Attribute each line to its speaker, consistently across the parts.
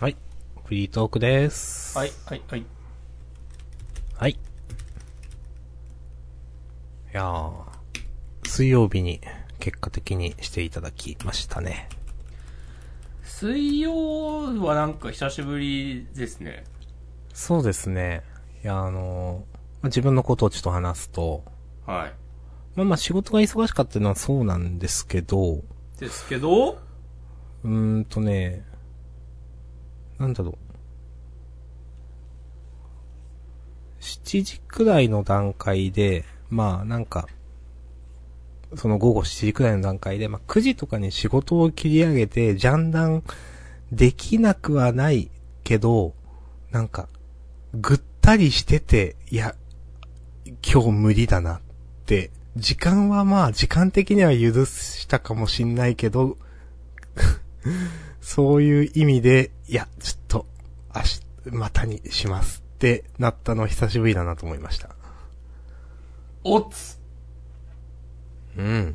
Speaker 1: はい。フリートークです。
Speaker 2: はい、はい、はい。
Speaker 1: はい。いやー、水曜日に結果的にしていただきましたね。
Speaker 2: 水曜はなんか久しぶりですね。
Speaker 1: そうですね。いや、あのーまあ自分のことをちょっと話すと、
Speaker 2: は
Speaker 1: まあまあ仕事が忙しかったのはそうなんですけど、
Speaker 2: い。ですけど、
Speaker 1: うーんとね、なんだろう。7時くらいの段階で、まあなんか、その午後7時くらいの段階で、まあ9時とかに仕事を切り上げて、ジャンダンできなくはないけど、なんか、ぐったりしてて、いや、今日無理だなって、時間はまあ時間的には許したかもしんないけど、そういう意味で、いや、ちょっと、明日、またにしますってなったのは久しぶりだなと思いました。
Speaker 2: おつ
Speaker 1: うん。い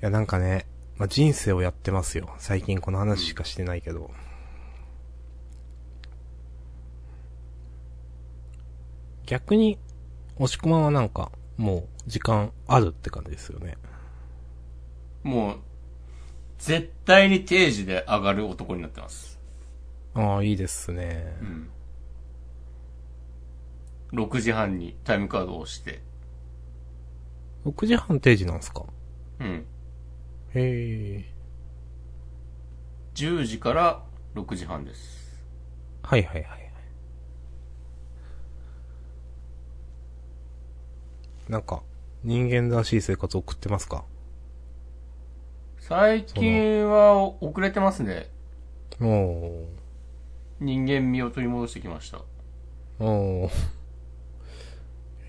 Speaker 1: や、なんかね、まあ、人生をやってますよ。最近この話しかしてないけど。逆に、押し込まんはなんか、もう、時間あるって感じですよね。
Speaker 2: もう、絶対に定時で上がる男になってます。
Speaker 1: ああ、いいですね。
Speaker 2: うん。6時半にタイムカードを押して、
Speaker 1: 6時半定時なんですか
Speaker 2: うん。
Speaker 1: へえ。
Speaker 2: 10時から6時半です。
Speaker 1: はいはいはいはい。なんか、人間らしい生活を送ってますか
Speaker 2: 最近は遅れてますね。
Speaker 1: お
Speaker 2: 人間味を取り戻してきました。
Speaker 1: ー。おー。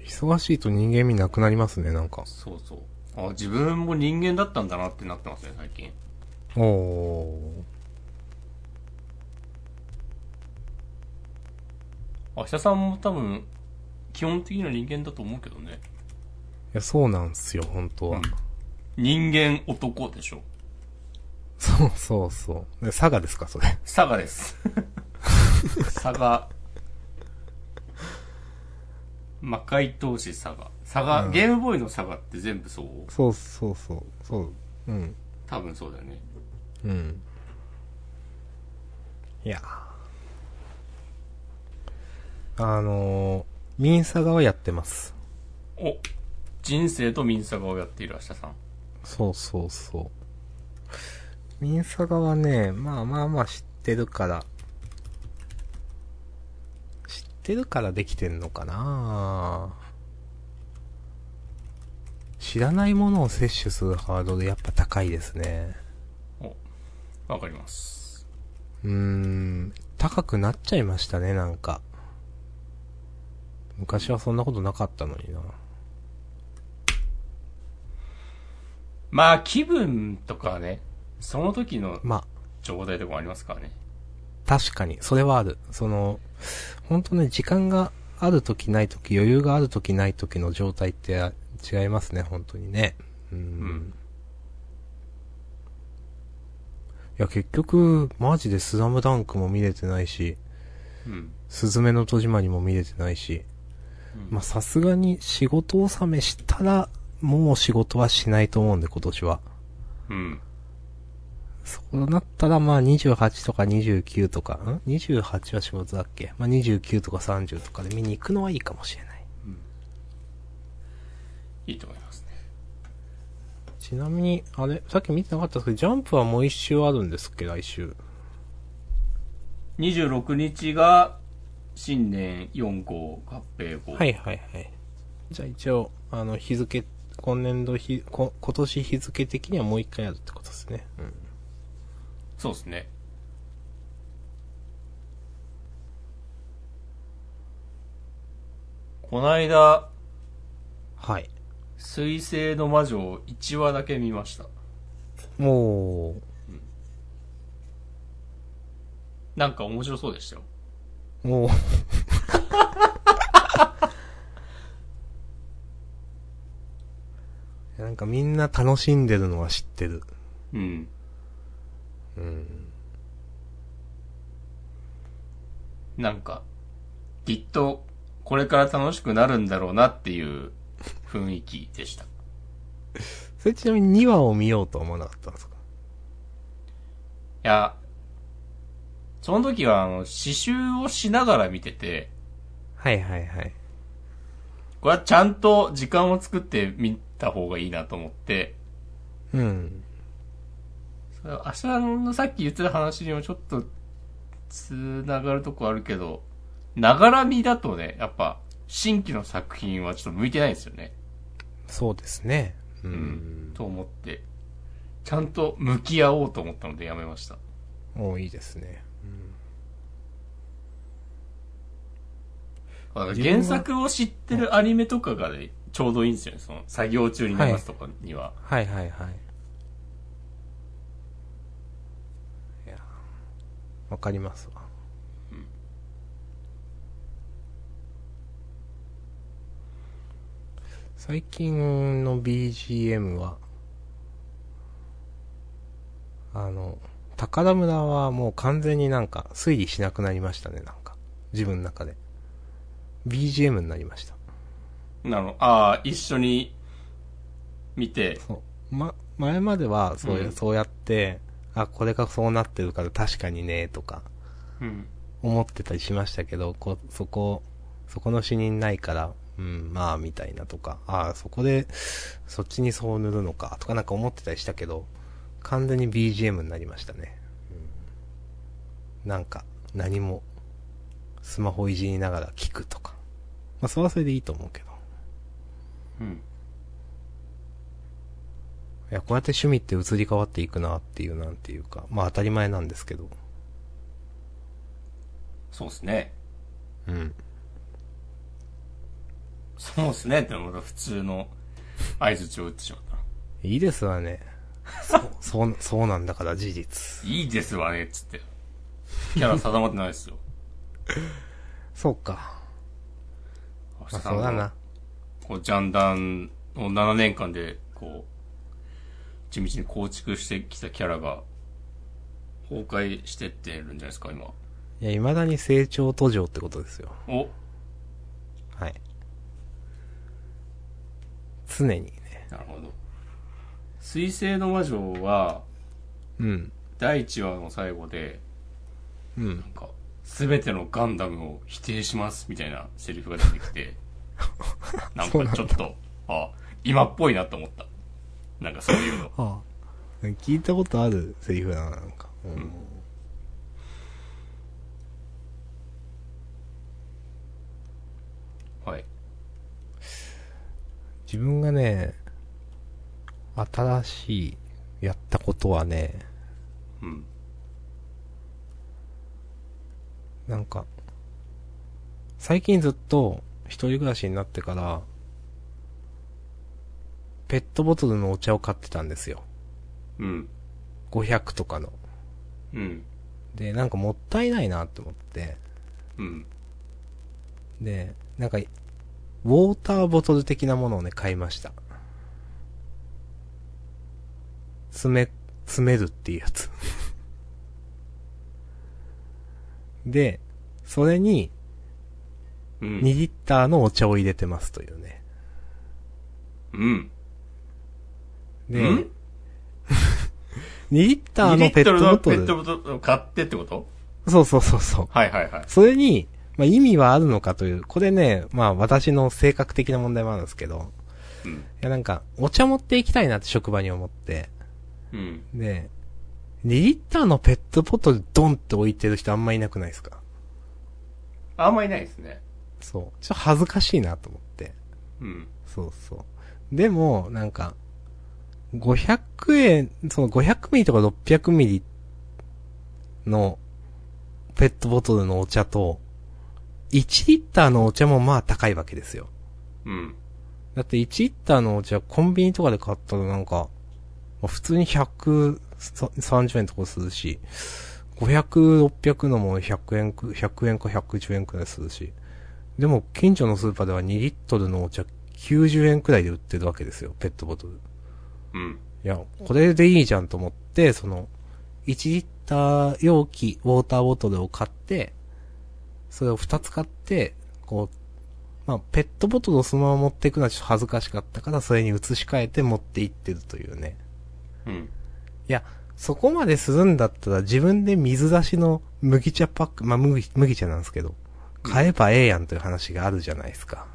Speaker 1: 忙しいと人間味なくなりますね、なんか。
Speaker 2: そうそう。あ、自分も人間だったんだなってなってますね、最近。
Speaker 1: おー。
Speaker 2: 明日さんも多分、基本的には人間だと思うけどね。
Speaker 1: いや、そうなんすよ、本当は。
Speaker 2: うん人間男でしょ。
Speaker 1: そうそうそう。で佐賀ですか、それ。
Speaker 2: 佐 賀です。佐賀。魔界闘士佐賀。佐賀、
Speaker 1: うん
Speaker 2: ゲームボーイの佐賀って全部そう
Speaker 1: そうそうそう。そう。うん。
Speaker 2: 多分そうだよね。
Speaker 1: うん。いやーあのー、ミンサガはやってます。
Speaker 2: お、人生と民佐賀をやっている明日さん。
Speaker 1: そうそうそう。ミンサガはね、まあまあまあ知ってるから。知ってるからできてんのかな知らないものを摂取するハードルやっぱ高いですね。
Speaker 2: わかります。
Speaker 1: うーん、高くなっちゃいましたね、なんか。昔はそんなことなかったのにな。
Speaker 2: まあ、気分とかね、その時の
Speaker 1: まあ、
Speaker 2: 状態とかもありますからね。
Speaker 1: 確かに、それはある。その、本当ね、時間がある時ない時余裕がある時ない時の状態ってあ違いますね、本当にね。うん。
Speaker 2: ん
Speaker 1: いや、結局、マジでスラムダンクも見れてないし、
Speaker 2: うん。
Speaker 1: スズメの戸締まりも見れてないし、
Speaker 2: うん
Speaker 1: まあ、さすがに仕事納めしたら、もう仕事はしないと思うんで、今年は。
Speaker 2: うん。
Speaker 1: そうなったら、まあ、28とか29とか、ん ?28 は仕事だっけまあ、29とか30とかで見に行くのはいいかもしれない。
Speaker 2: いいと思いますね。
Speaker 1: ちなみに、あれ、さっき見てなかったですけど、ジャンプはもう一周あるんですっけ、来週。
Speaker 2: 26日が、新年4号、合併号。
Speaker 1: はいはいはい。じゃあ一応、あの、日付、今年度日、こ今年日付的にはもう一回あるってことですね。うん。
Speaker 2: そうですね。こないだ、
Speaker 1: はい。
Speaker 2: 水星の魔女を1話だけ見ました。
Speaker 1: もう、
Speaker 2: なんか面白そうでしたよ。
Speaker 1: もう。 なんかみんな楽しんでるのは知ってる。
Speaker 2: うん。
Speaker 1: うん。
Speaker 2: なんか、きっと、これから楽しくなるんだろうなっていう雰囲気でした。
Speaker 1: それちなみに2話を見ようとは思わなかったんですか
Speaker 2: いや、その時は、あの、刺繍をしながら見てて、
Speaker 1: はいはいはい。
Speaker 2: これはちゃんと時間を作って見た方がいいなと思って、
Speaker 1: うん。
Speaker 2: それ明日のさっき言ってた話にもちょっと、つながるとこあるけど、ながら見だとね、やっぱ、新規の作品はちょっと向いてないんですよね。
Speaker 1: そうですね。う。
Speaker 2: うんと思って、ちゃんと向き合おうと思ったのでやめました。
Speaker 1: もういいですね。
Speaker 2: だから
Speaker 1: 自分は
Speaker 2: 原作を知ってるアニメとかがね、ちょうどいいんですよね。その作業中に流すとかには。
Speaker 1: はいはいはい。いや、わかりますわ。最近の BGM は、あの、高田村はもう完全になんか推理しなくなりましたね、なんか。自分の中で。BGM になりました。
Speaker 2: なの、ああ、一緒に見て、
Speaker 1: そう。ま、前までは、そうや、
Speaker 2: うん
Speaker 1: そうやって、あ、これがそうなってるから確かにね、とか、
Speaker 2: うん。
Speaker 1: 思ってたりしましたけど、こ、そこ、そこの死人ないから、うん、まあ、みたいなとか、あそこで、そっちにそう塗るのか、とかなんか思ってたりしたけど、完全に BGM になりましたね。うん、なんか、何も、スマホいじりながら聞くとか。まあ、それはそれでいいと思うけど。
Speaker 2: うん。
Speaker 1: いや、こうやって趣味って移り変わっていくなっていう、なんていうか、まあ当たり前なんですけど。
Speaker 2: そうですね。
Speaker 1: うん。
Speaker 2: そうですねってまた普通の合図を打ってしまった。
Speaker 1: いいですわね。そう、そう、そうなんだから事実。
Speaker 2: いいですわね、っつって。キャラ定まってないですよ。
Speaker 1: そうか。
Speaker 2: あ
Speaker 1: まあそうだな。。
Speaker 2: こう、ジャンダンを7年間で、こう、地道に構築してきたキャラが、崩壊してってるんじゃないですか、今。
Speaker 1: いや、未だに成長途上ってことですよ。
Speaker 2: お
Speaker 1: はい。常にね。
Speaker 2: なるほど。水星の魔女は、
Speaker 1: うん。
Speaker 2: 第1話の最後で、
Speaker 1: うん
Speaker 2: な。んか、すべてのガンダムを否定します、みたいなセリフが出てきて、なん
Speaker 1: そうな
Speaker 2: か
Speaker 1: んだ
Speaker 2: ちょっと、あ、今っぽいなと思った。なんかそういうの。
Speaker 1: ああ。聞いたことあるセリフだな、なんか。うん。
Speaker 2: はい。
Speaker 1: 自分がね、新しい、やったことはね、
Speaker 2: うん。
Speaker 1: なんか、最近ずっと一人暮らしになってから、ペットボトルのお茶を買ってたんですよ。
Speaker 2: うん。
Speaker 1: 500とかの。
Speaker 2: うん。
Speaker 1: で、なんかもったいないなって思って。
Speaker 2: うん。
Speaker 1: で、なんか、ウォーターボトル的なものをね、買いました。詰め、詰めるっていうやつ。で、それに
Speaker 2: うん。
Speaker 1: 2リッターのお茶を入れてますというね。
Speaker 2: うん。
Speaker 1: で、
Speaker 2: ん
Speaker 1: 2リッターのペットボト
Speaker 2: 2リ
Speaker 1: ル。
Speaker 2: ットルのペットボトルを買ってってこと
Speaker 1: そうそうそうそう。
Speaker 2: はいはいはい。
Speaker 1: それに、まあ、意味はあるのかという、これね、まあ私の性格的な問題もあるんですけど、
Speaker 2: うん。
Speaker 1: いやなんか、お茶持っていきたいなって職場に思って、
Speaker 2: うん。
Speaker 1: で、2リッターのペットボトルドンって置いてる人あんまいなくないですか
Speaker 2: あんまいないですね。
Speaker 1: そう。ちょっと恥ずかしいなと思って。
Speaker 2: うん。
Speaker 1: そうそう。でも、なんか、500円、その500ミリとか600ミリのペットボトルのお茶と、1リッターのお茶もまあ高いわけですよ。
Speaker 2: うん。
Speaker 1: だって1リッターのお茶コンビニとかで買ったらなんか、まあ普通に130円とかするし、500、600のも100円く、100円か110円くらいするし、でも近所のスーパーでは2リットルのお茶90円くらいで売ってるわけですよ、ペットボトル。い
Speaker 2: うん。
Speaker 1: や、これでいいじゃんと思って、その、1リッター容器、ウォーターボトルを買って、それを2つ買って、こう、まあ、ペットボトルをそのまま持っていくのはちょっと恥ずかしかったから、それに移し替えて持って行ってるというね。
Speaker 2: うん。
Speaker 1: いや、そこまでするんだったら自分で水出しの麦茶パック、まあ、麦、麦茶なんですけど、買えばええやんという話があるじゃないですか。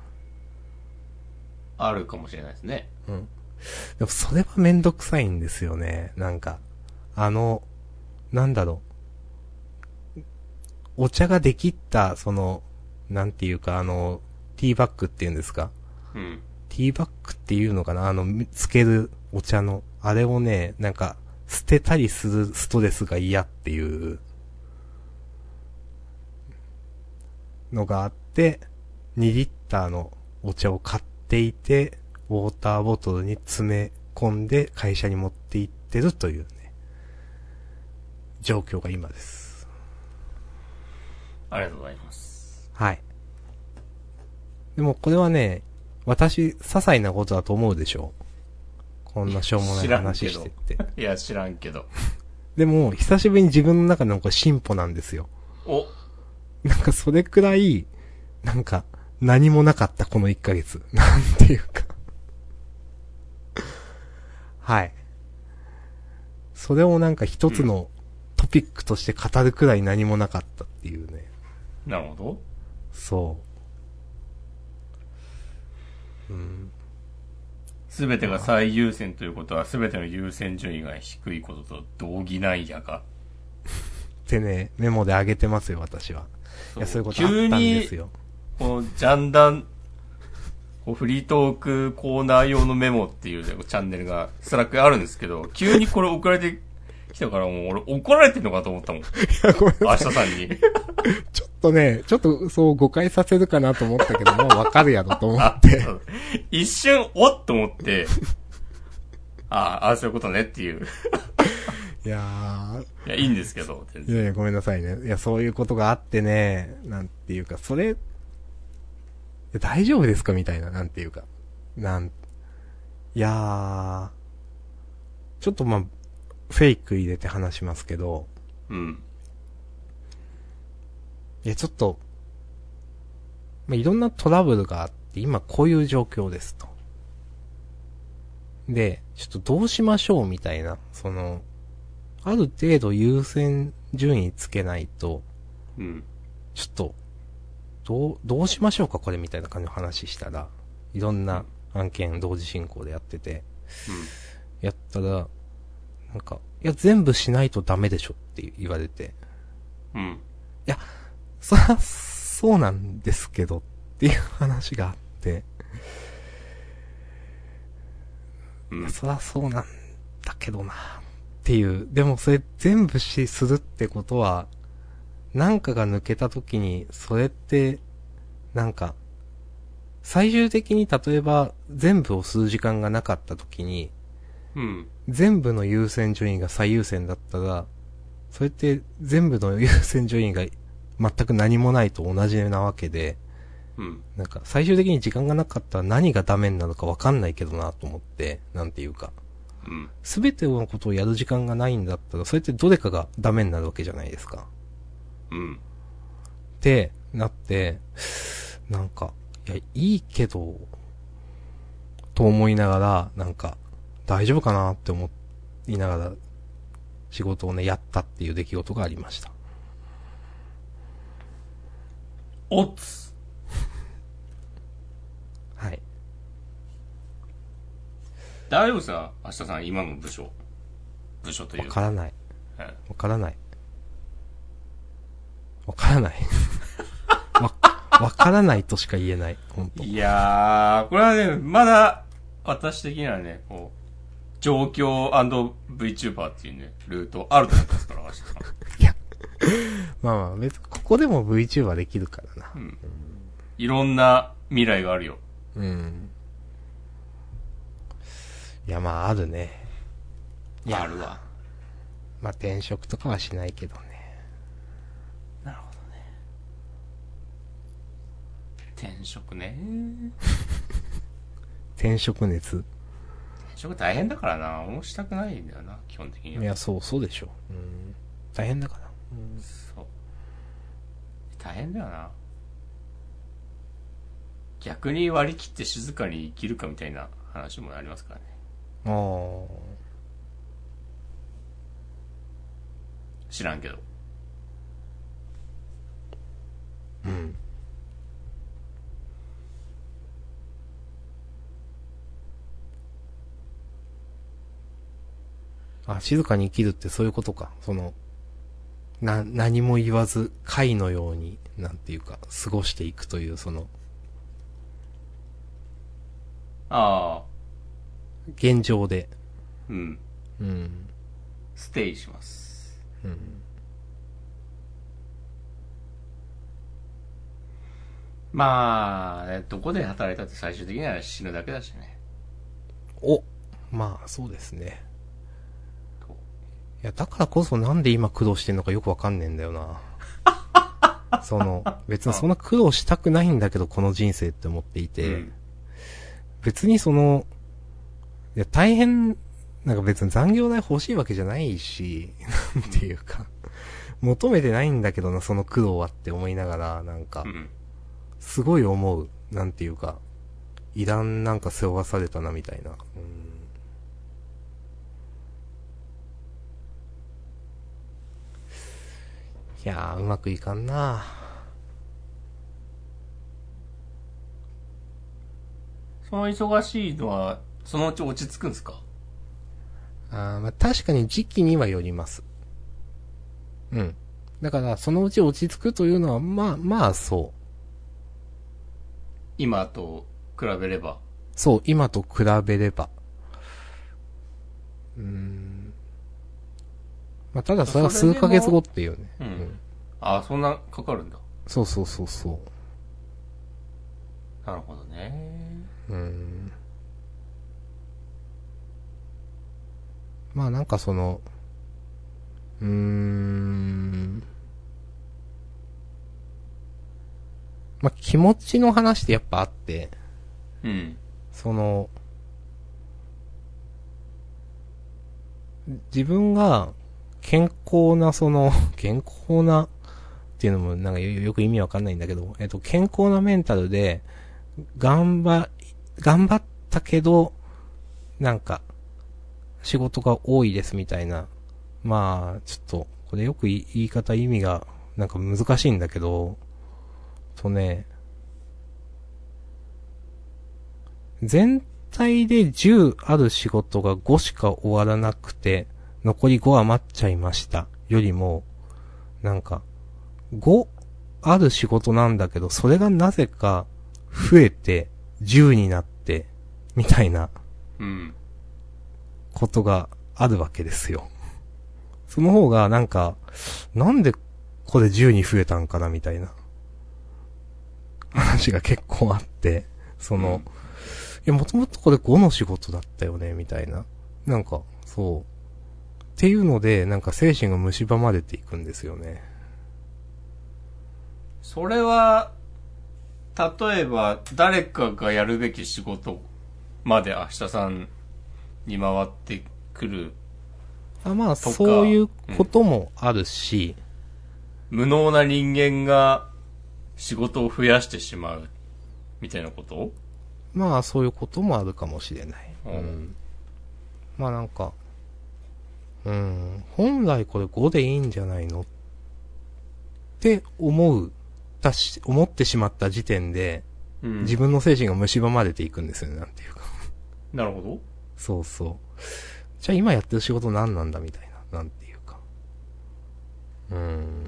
Speaker 2: あるかもしれないですね。
Speaker 1: うん。でもそれはめんどくさいんですよね。なんか、あの、なんだろう。お茶ができった、その、なんていうか、あの、ティーバッグっていうんですか
Speaker 2: うん。
Speaker 1: ティーバッグっていうのかなあの、みつけるお茶の、あれをね、なんか、捨てたりするストレスが嫌っていう、のがあって、2リッターのお茶を買っていて、ウォーターボトルに詰め込んで会社に持って行ってるというね、状況が今です。
Speaker 2: ありがとうございます。
Speaker 1: はい。でもこれはね、私、些細なことだと思うでしょう。こんなしょうもない
Speaker 2: 知らんけ
Speaker 1: 話
Speaker 2: ど
Speaker 1: してって。
Speaker 2: いや、知らんけど。
Speaker 1: でも、久しぶりに自分の中のこれ進歩なんですよ。
Speaker 2: お、
Speaker 1: なんかそれくらい、なんか、何もなかったこの1ヶ月。 なんていうか。はい。それをなんか一つのトピックとして語るくらい何もなかったっていうね。
Speaker 2: なるほ
Speaker 1: そう。うん。
Speaker 2: ど。すべてが最優先ということは、すべての優先順位が低いことと同義なんやが。
Speaker 1: ってね、メモで上げてますよ、私は。いや、そういうことあ
Speaker 2: 急
Speaker 1: ったんで
Speaker 2: に
Speaker 1: す、よ。
Speaker 2: このジャンダン、こうフリートークコーナー用のメモっていうねチャンネルが、スラックにあるんですけど、急にこれ送られてきたから、もう俺怒られてんのかと思ったもん。
Speaker 1: ごめんなさい
Speaker 2: 明日さんに。
Speaker 1: ちょっとね、ちょっとそう誤解させるかなと思ったけど、まあわかるやろと思って。
Speaker 2: 一瞬、おっと思って、ああ、ああ、そういうことねっていう。
Speaker 1: いやー、
Speaker 2: いや、いいんですけど、全
Speaker 1: い
Speaker 2: 然。
Speaker 1: やいや、ごめんなさいね。いや、そういうことがあってね、なんていうか、それ、いや大丈夫ですかみたいな、なんていうか。なん、いやー、ちょっとまあ、フェイク入れて話しますけど、
Speaker 2: うん。
Speaker 1: いや、ちょっと、まあ、いろんなトラブルがあって、今こういう状況ですと。で、ちょっとどうしましょうみたいな、その、ある程度優先順位つけないと、
Speaker 2: うん。
Speaker 1: ちょっと、どう、どうしましょうかこれみたいな感じの話したら、いろんな案件同時進行でやってて、やったら、なんか、いや、全部しないとダメでしょって言われて、
Speaker 2: うん。うん。
Speaker 1: そら、そうなんですけどっていう話があって、
Speaker 2: うん。
Speaker 1: そらそうなんだけどなっていう。でもそれ全部し、するってことは、なんかが抜けた時に、それって、なんか、最終的に例えば全部をする時間がなかった時に、
Speaker 2: うん。
Speaker 1: 全部の優先順位が最優先だったら、それって全部の優先順位が全く何もないと同じなわけで、
Speaker 2: うん。
Speaker 1: なんか最終的に時間がなかったら何がダメになるかわかんないけどなと思って、なんていうか。
Speaker 2: うん。
Speaker 1: すべてのことをやる時間がないんだったら、それってどれかがダメになるわけじゃないですか。
Speaker 2: うん。
Speaker 1: ってなって、なんか、いや、いいけど、と思いながら、なんか、大丈夫かなって思いながら、仕事をね、やったっていう出来事がありました。
Speaker 2: おつ。
Speaker 1: はい。
Speaker 2: 大丈夫さ、明日さん、今の部署。部署とい
Speaker 1: わ
Speaker 2: う
Speaker 1: か
Speaker 2: か。
Speaker 1: らない。
Speaker 2: うん
Speaker 1: わからない。わからない。 わ、わからないとしか言えない。本当
Speaker 2: いやー、これはね、まだ、私的にはね、こう、状況 &VTuber っていうね、ルートあると思ってますから、明日さん。
Speaker 1: まあまあ、別にここでも VTuber できるからな。
Speaker 2: いろんな未来があるよ。
Speaker 1: うん。いや、まあ、あるね。いや
Speaker 2: あるわ。
Speaker 1: まあ、転職とかはしないけどね。
Speaker 2: なるほどね。転職ね。
Speaker 1: 転職熱。
Speaker 2: 転職大変だからな。面したくないんだよな、基本的に
Speaker 1: い
Speaker 2: は。
Speaker 1: や、そう、そうでしょ。うん。大変だから。
Speaker 2: そう。大変だよな。逆に割り切って静かに生きるかみたいな話もありますからね。
Speaker 1: あー
Speaker 2: 知らんけど。
Speaker 1: うん。あ、静かに生きるってそういうことか。その、な、何も言わず、貝のように、なんていうか、過ごしていくという、その、
Speaker 2: ああ、
Speaker 1: 現状で。
Speaker 2: うん。
Speaker 1: うん。
Speaker 2: ステイします。
Speaker 1: うん。
Speaker 2: まあ、ね、どこで働いたって最終的には死ぬだけだしね。
Speaker 1: おまあ、そうですね。
Speaker 2: と
Speaker 1: いや、だからこそなんで今苦労してんのかよくわかんねえんだよな。その、別にそんな苦労したくないんだけど、この人生って思っていて。
Speaker 2: うん
Speaker 1: 別にその、いや、大変、なんか別に残業代欲しいわけじゃないし、なんていうか、求めてないんだけどな、その苦労はって思いながら、なんか
Speaker 2: う、ん。
Speaker 1: すごい思う、なんていうか、異断なんか背負わされたな、みたいな。うんいやー、うまくいかんな
Speaker 2: その忙しいのは、そのうち落ち着くんですか
Speaker 1: あーまあ確かに時期にはよります。うん。だから、そのうち落ち着くというのは、まあ、まあそう。
Speaker 2: 今と比べれば。
Speaker 1: そう、今と比べれば。うーん。まあ、ただそれは
Speaker 2: それ
Speaker 1: 数
Speaker 2: で
Speaker 1: ヶ
Speaker 2: も
Speaker 1: 月後っていうね。
Speaker 2: うん。ああ、そんなかかるんだ。
Speaker 1: そうそうそうそ
Speaker 2: なるほどね。
Speaker 1: う。うーん。まあなんかその、うーん。まあ気持ちの話ってやっぱあって、
Speaker 2: うん。
Speaker 1: その、自分が健康な、その、 健康なっていうのもなんかよよく意味わかんないんだけど、えっと、健康なメンタルで、頑張、頑張ったけど、なんか、仕事が多いですみたいな。まあ、ちょっと、これよくい言い方意味が、なんか難しいんだけど、とね、全体で10ある仕事が5しか終わらなくて、残り5余っちゃいました。よりも、なんか、5ある仕事なんだけど、それがなぜか増えて10になって、みたいな
Speaker 2: うん。
Speaker 1: ことがあるわけですよ。その方がなんか、なんでこれ10に増えたんかなみたいな話が結構あって、その、
Speaker 2: うん
Speaker 1: いや、もともとこれ5の仕事だったよね、みたいな。なんか、そう。っていうので、なんか精神が蝕まれていくんですよね。
Speaker 2: それは、例えば、誰かがやるべき仕事まで明日さんに回ってくる、
Speaker 1: あまあ、
Speaker 2: とか
Speaker 1: そういうこともあるし、
Speaker 2: 無能な人間が仕事を増やしてしまう、みたいなこと
Speaker 1: まあ、そういうこともあるかもしれない。
Speaker 2: うん。
Speaker 1: まあなんか、うん、本来これ5でいいんじゃないのって思う、たし、思ってしまった時点で、
Speaker 2: うん
Speaker 1: 自分の精神が蝕まれていくんですよね、なんていうか。
Speaker 2: なるほど。
Speaker 1: そうそう。じゃあ今やってる仕事何なんだみたいな、なんていうか。うーん。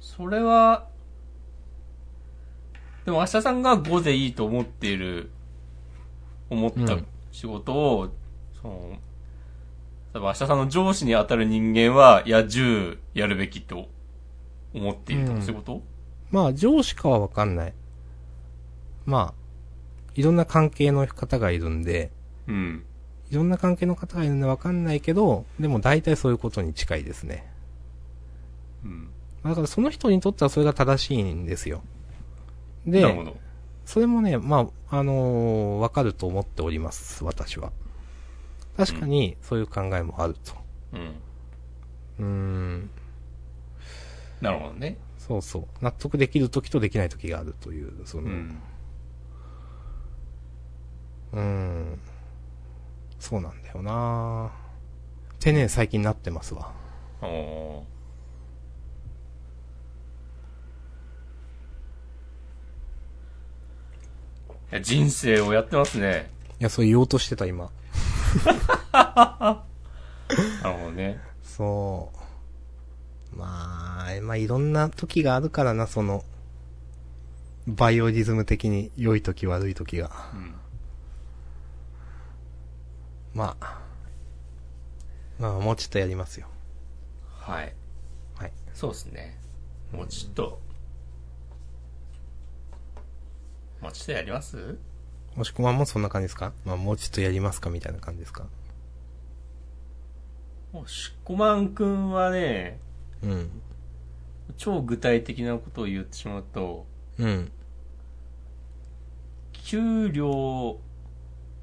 Speaker 2: それは、でも明日さんが5でいいと思っている、思っ
Speaker 1: う
Speaker 2: た
Speaker 1: ん
Speaker 2: 仕事を、その、例えば明日さんの上司に当たる人間は、いや、10やるべきと思っているとか、
Speaker 1: うん
Speaker 2: そういうこと
Speaker 1: まあ上司かはわかんない。まあ、いろんな関係の方がいるんで、
Speaker 2: うん。
Speaker 1: いろんな関係の方がいるんでわかんないけど、でも大体そういうことに近いですね。
Speaker 2: うん。
Speaker 1: だからその人にとってはそれが正しいんですよ。
Speaker 2: なる
Speaker 1: で
Speaker 2: ほ、ど。
Speaker 1: それもね、まあ、あのーわかると思っております、私は。確かに、そういう考えもあると。う
Speaker 2: うん。
Speaker 1: ーん。
Speaker 2: なるほどね。
Speaker 1: そうそう。納得できる時とできない時があるという、その、
Speaker 2: うん。
Speaker 1: うん。そうなんだよなってね、最近なってますわ。
Speaker 2: おおー。いや、人生をやってますね。
Speaker 1: いや、そう言おうとしてた、今。
Speaker 2: なるほどね。
Speaker 1: そう。まあ、まあ、いろんな時があるからな、その、バイオリズム的に良い時悪い時が。
Speaker 2: うん。
Speaker 1: まあ、まあ、もうちょっとやりますよ。
Speaker 2: はい。
Speaker 1: はい。
Speaker 2: そうですね。もうちょっと。もうちょっとやります
Speaker 1: もしくはもうそんな感じですかまあ、もうちょっとやりますかみたいな感じですか
Speaker 2: もう、しっこまんくんはね、
Speaker 1: うん。
Speaker 2: 超具体的なことを言ってしまうと、
Speaker 1: うん。
Speaker 2: 給料、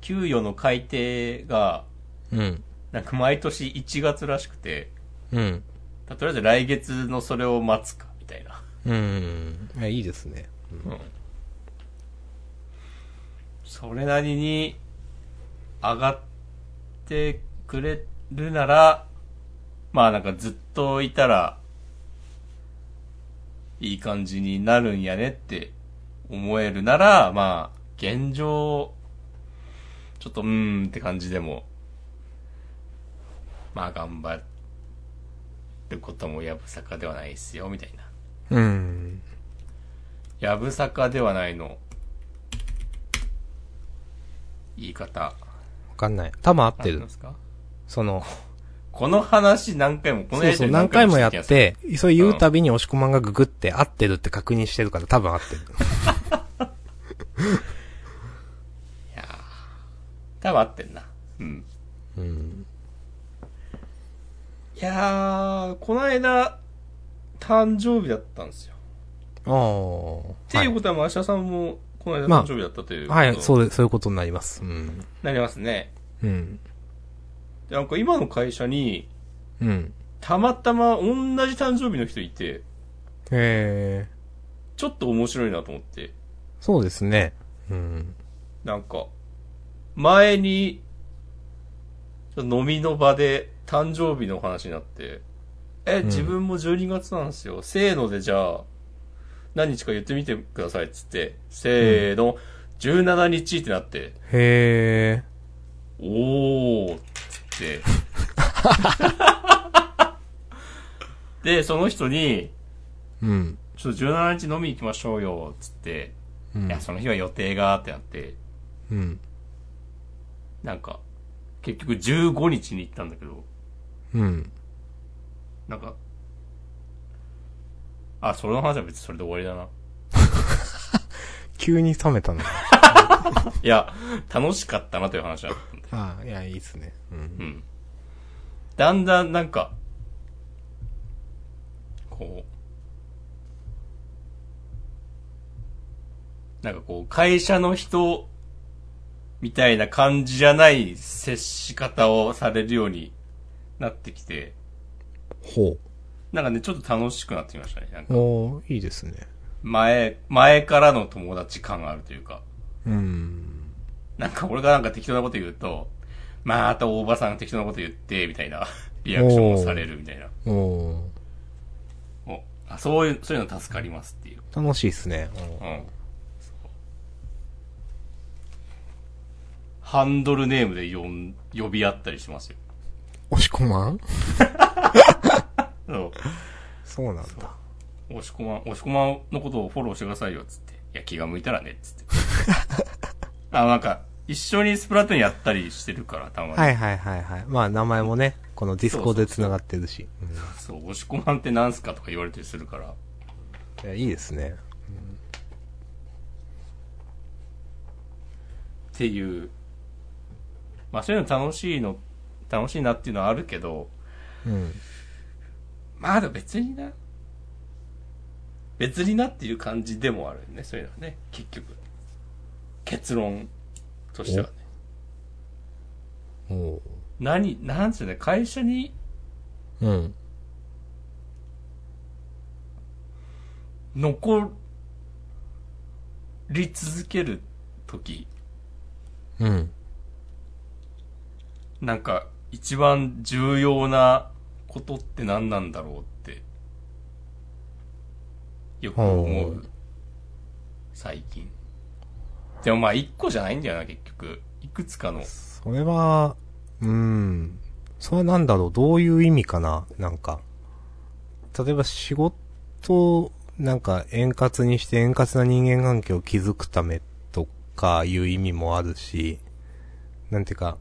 Speaker 2: 給与の改定が、
Speaker 1: うん。
Speaker 2: なんか毎年1月らしくて、
Speaker 1: うん。
Speaker 2: とりあえず来月のそれを待つか、みたいな。
Speaker 1: うん。いや、いいですね。
Speaker 2: うん。それなりに上がってくれるなら、まあなんかずっといたら、いい感じになるんやねって思えるなら、まあ、現状、ちょっとうーんって感じでも、まあ頑張ることもやぶさかではないですよ、みたいな。
Speaker 1: うん。
Speaker 2: やぶさかではないの。言い方。
Speaker 1: わかんない。多分合って
Speaker 2: 合
Speaker 1: る
Speaker 2: ま。すか
Speaker 1: その、
Speaker 2: この話何回も、こ
Speaker 1: そ
Speaker 2: の
Speaker 1: う
Speaker 2: やり
Speaker 1: そ
Speaker 2: と
Speaker 1: う、
Speaker 2: り
Speaker 1: 何回もやっ
Speaker 2: して
Speaker 1: て、それ言うたびに押し込まんがググって合ってるって確認してるから多分合ってる。
Speaker 2: きます。いやー多分合ってんな。うん。
Speaker 1: うん。
Speaker 2: いやー、この間、誕生日だったんですよ。
Speaker 1: ああ。っ
Speaker 2: っていうことは、明日さんも、この間
Speaker 1: まあ
Speaker 2: 誕生日だったということ、
Speaker 1: はい、はいそうで、そういうことになります。うん。
Speaker 2: なりますね。
Speaker 1: うん。
Speaker 2: でなんか今の会社に、
Speaker 1: うん。
Speaker 2: たまたま同じ誕生日の人いて、
Speaker 1: へえ。
Speaker 2: ちょっと面白いなと思って。
Speaker 1: そうですね。うん。
Speaker 2: なんか、前に、飲みの場で誕生日の話になって、え、
Speaker 1: ん
Speaker 2: 自分も12月なんですよ。せーのでじゃあ、何日か言ってみてくださいっつって、せーの、17日ってなって、
Speaker 1: へえ。
Speaker 2: おーっつって。 で、その人に、
Speaker 1: うん。
Speaker 2: ちょっと17日飲み行きましょうよ、っつって、
Speaker 1: うん
Speaker 2: いや、その日は予定がってなって、
Speaker 1: うん。
Speaker 2: なんか、結局15日に行ったんだけど、
Speaker 1: うん。
Speaker 2: なんか、あ、それの話は別にそれで終わりだな。
Speaker 1: 急に冷めたな。
Speaker 2: いや、楽しかったなという話だったん で。
Speaker 1: ああ、いや、いいっすね。うん。
Speaker 2: うん。だんだんなんか、こう、なんかこう、会社の人、みたいな感じじゃない接し方をされるようになってきて、
Speaker 1: ほ
Speaker 2: なんかね、ちょっと楽しくなってきましたね。なん
Speaker 1: う。
Speaker 2: か
Speaker 1: おーいいですね。
Speaker 2: 前、前からの友達感があるというか。
Speaker 1: うん。
Speaker 2: なんか俺がなんか適当なこと言うと、また大場さんが適当なこと言って、みたいな、リアクションをされるみたいな。
Speaker 1: おー
Speaker 2: もうあそういう、そういうの助かりますっていう。
Speaker 1: 楽しいっすね。
Speaker 2: うん。そうハンドルネームで呼ん、呼び合ったりしますよ。
Speaker 1: 押し込まん
Speaker 2: そう
Speaker 1: そうなんだ。
Speaker 2: 押し込まん、押し込まんのことをフォローしてくださいよ、つって。いや、気が向いたらね、つって。あ、なんか、一緒にスプラトゥーンやったりしてるから、たまに。
Speaker 1: はいはいはいはい。まあ、名前もね、このディスコで繋がってるし。うん
Speaker 2: そう、押し込まんってなんすかとか言われたりするから。
Speaker 1: いや、いいですね。
Speaker 2: っていう、まあそういうの楽しいの、楽しいなっていうのはあるけど、
Speaker 1: うん。
Speaker 2: まあでも別にな、別になっていう感じでもあるよね、そういうのはね、結局。結論としてはね。
Speaker 1: おー
Speaker 2: 何、なんつうの、会社に
Speaker 1: うん。
Speaker 2: 残り続ける時
Speaker 1: うん。
Speaker 2: なんか一番重要なことって何なんだろうってよく思
Speaker 1: ほ
Speaker 2: う
Speaker 1: う
Speaker 2: 最近でもまあ一個じゃないんだよな結局いくつかの
Speaker 1: それは、うん。それはなんだろう、どういう意味かななんか。例えば仕事を、なんか円滑にして円滑な人間関係を築くためとかいう意味もあるし、なんていうか、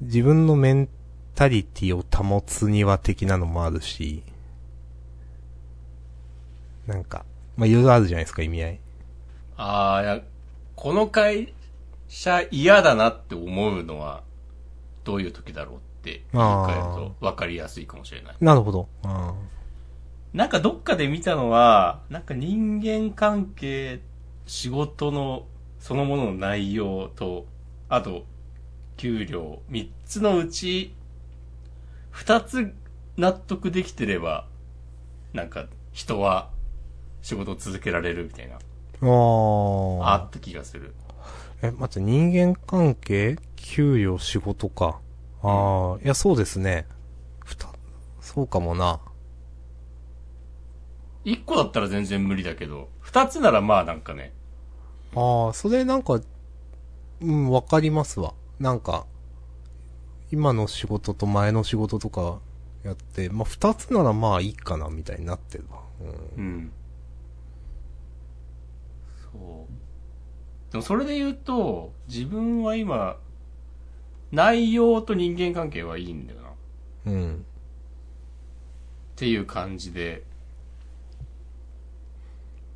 Speaker 1: 自分のメンタリティを保つには的なのもあるし、なんか、まあ、いろいろあるじゃないですか、意味合い。
Speaker 2: ああいやこの会社嫌だなって思うのはどういう時だろうって言い換えると分かりやすいかもしれない
Speaker 1: なるほど。うん。
Speaker 2: なんかどっかで見たのは、なんか人間関係、仕事のそのものの内容と、あと、給料、3つのうち、2つ納得できてれば、なんか人は仕事を続けられるみたいな、
Speaker 1: ああ。
Speaker 2: あった気がする。
Speaker 1: え、待って、人間関係給与仕事か。ああ、いや、そうですね。ふた、そうかもな。
Speaker 2: 1個だったら全然無理だけど、2つならまあなんかね、
Speaker 1: ああ、それなんか、うん、わかりますわ。なんか、今の仕事と前の仕事とかやって、まあ、二つならまあいいかな、みたいになってるわ。うん。
Speaker 2: うん。そう。でもそれで言うと、自分は今、内容と人間関係はいいんだよな。っ
Speaker 1: うん。
Speaker 2: ていう感じで。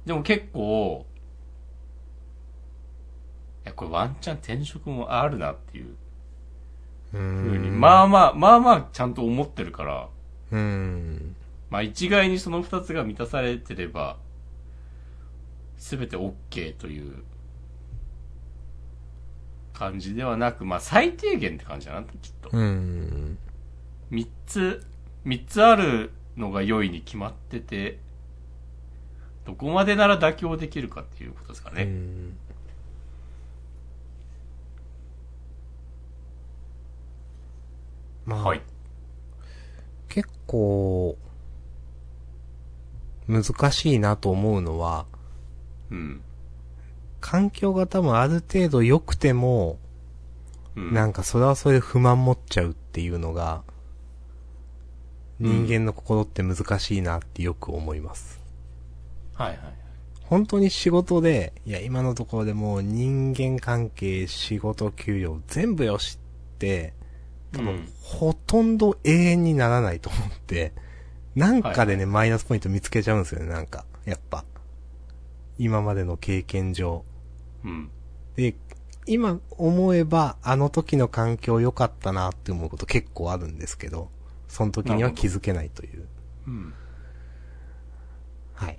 Speaker 2: でも結構、いや、これワンチャン転職もあるなっていう
Speaker 1: う
Speaker 2: ふうに、
Speaker 1: ん。
Speaker 2: まあまあ、まあまあちゃんと思ってるから、
Speaker 1: うん。
Speaker 2: まあ一概にその二つが満たされてれば、すべて OK という感じではなく、まあ最低限って感じだな、きっと。
Speaker 1: うん。
Speaker 2: 三つ、三つあるのが良いに決まってて、どこまでなら妥協できるかっていうことですかね。
Speaker 1: うんまあ、
Speaker 2: はい。
Speaker 1: 結構、難しいなと思うのは、
Speaker 2: うん。
Speaker 1: 環境が多分ある程度良くても、
Speaker 2: うん。
Speaker 1: なんかそれはそれで不満持っちゃうっていうのが、人間の心って難しいなってよく思います。
Speaker 2: はいはいはい。
Speaker 1: 本当に仕事で、いや今のところでもう人間関係、仕事、給料全部よしって、多
Speaker 2: う
Speaker 1: 分
Speaker 2: ん
Speaker 1: ほとんど永遠にならないと思って、なんかでね、マイナスポイント見つけちゃうんですよね、なんか。やっぱ。今までの経験上。
Speaker 2: うん。
Speaker 1: で、今思えば、あの時の環境良かったなって思うこと結構あるんですけど、その時には気づけないという。
Speaker 2: うん。
Speaker 1: はい。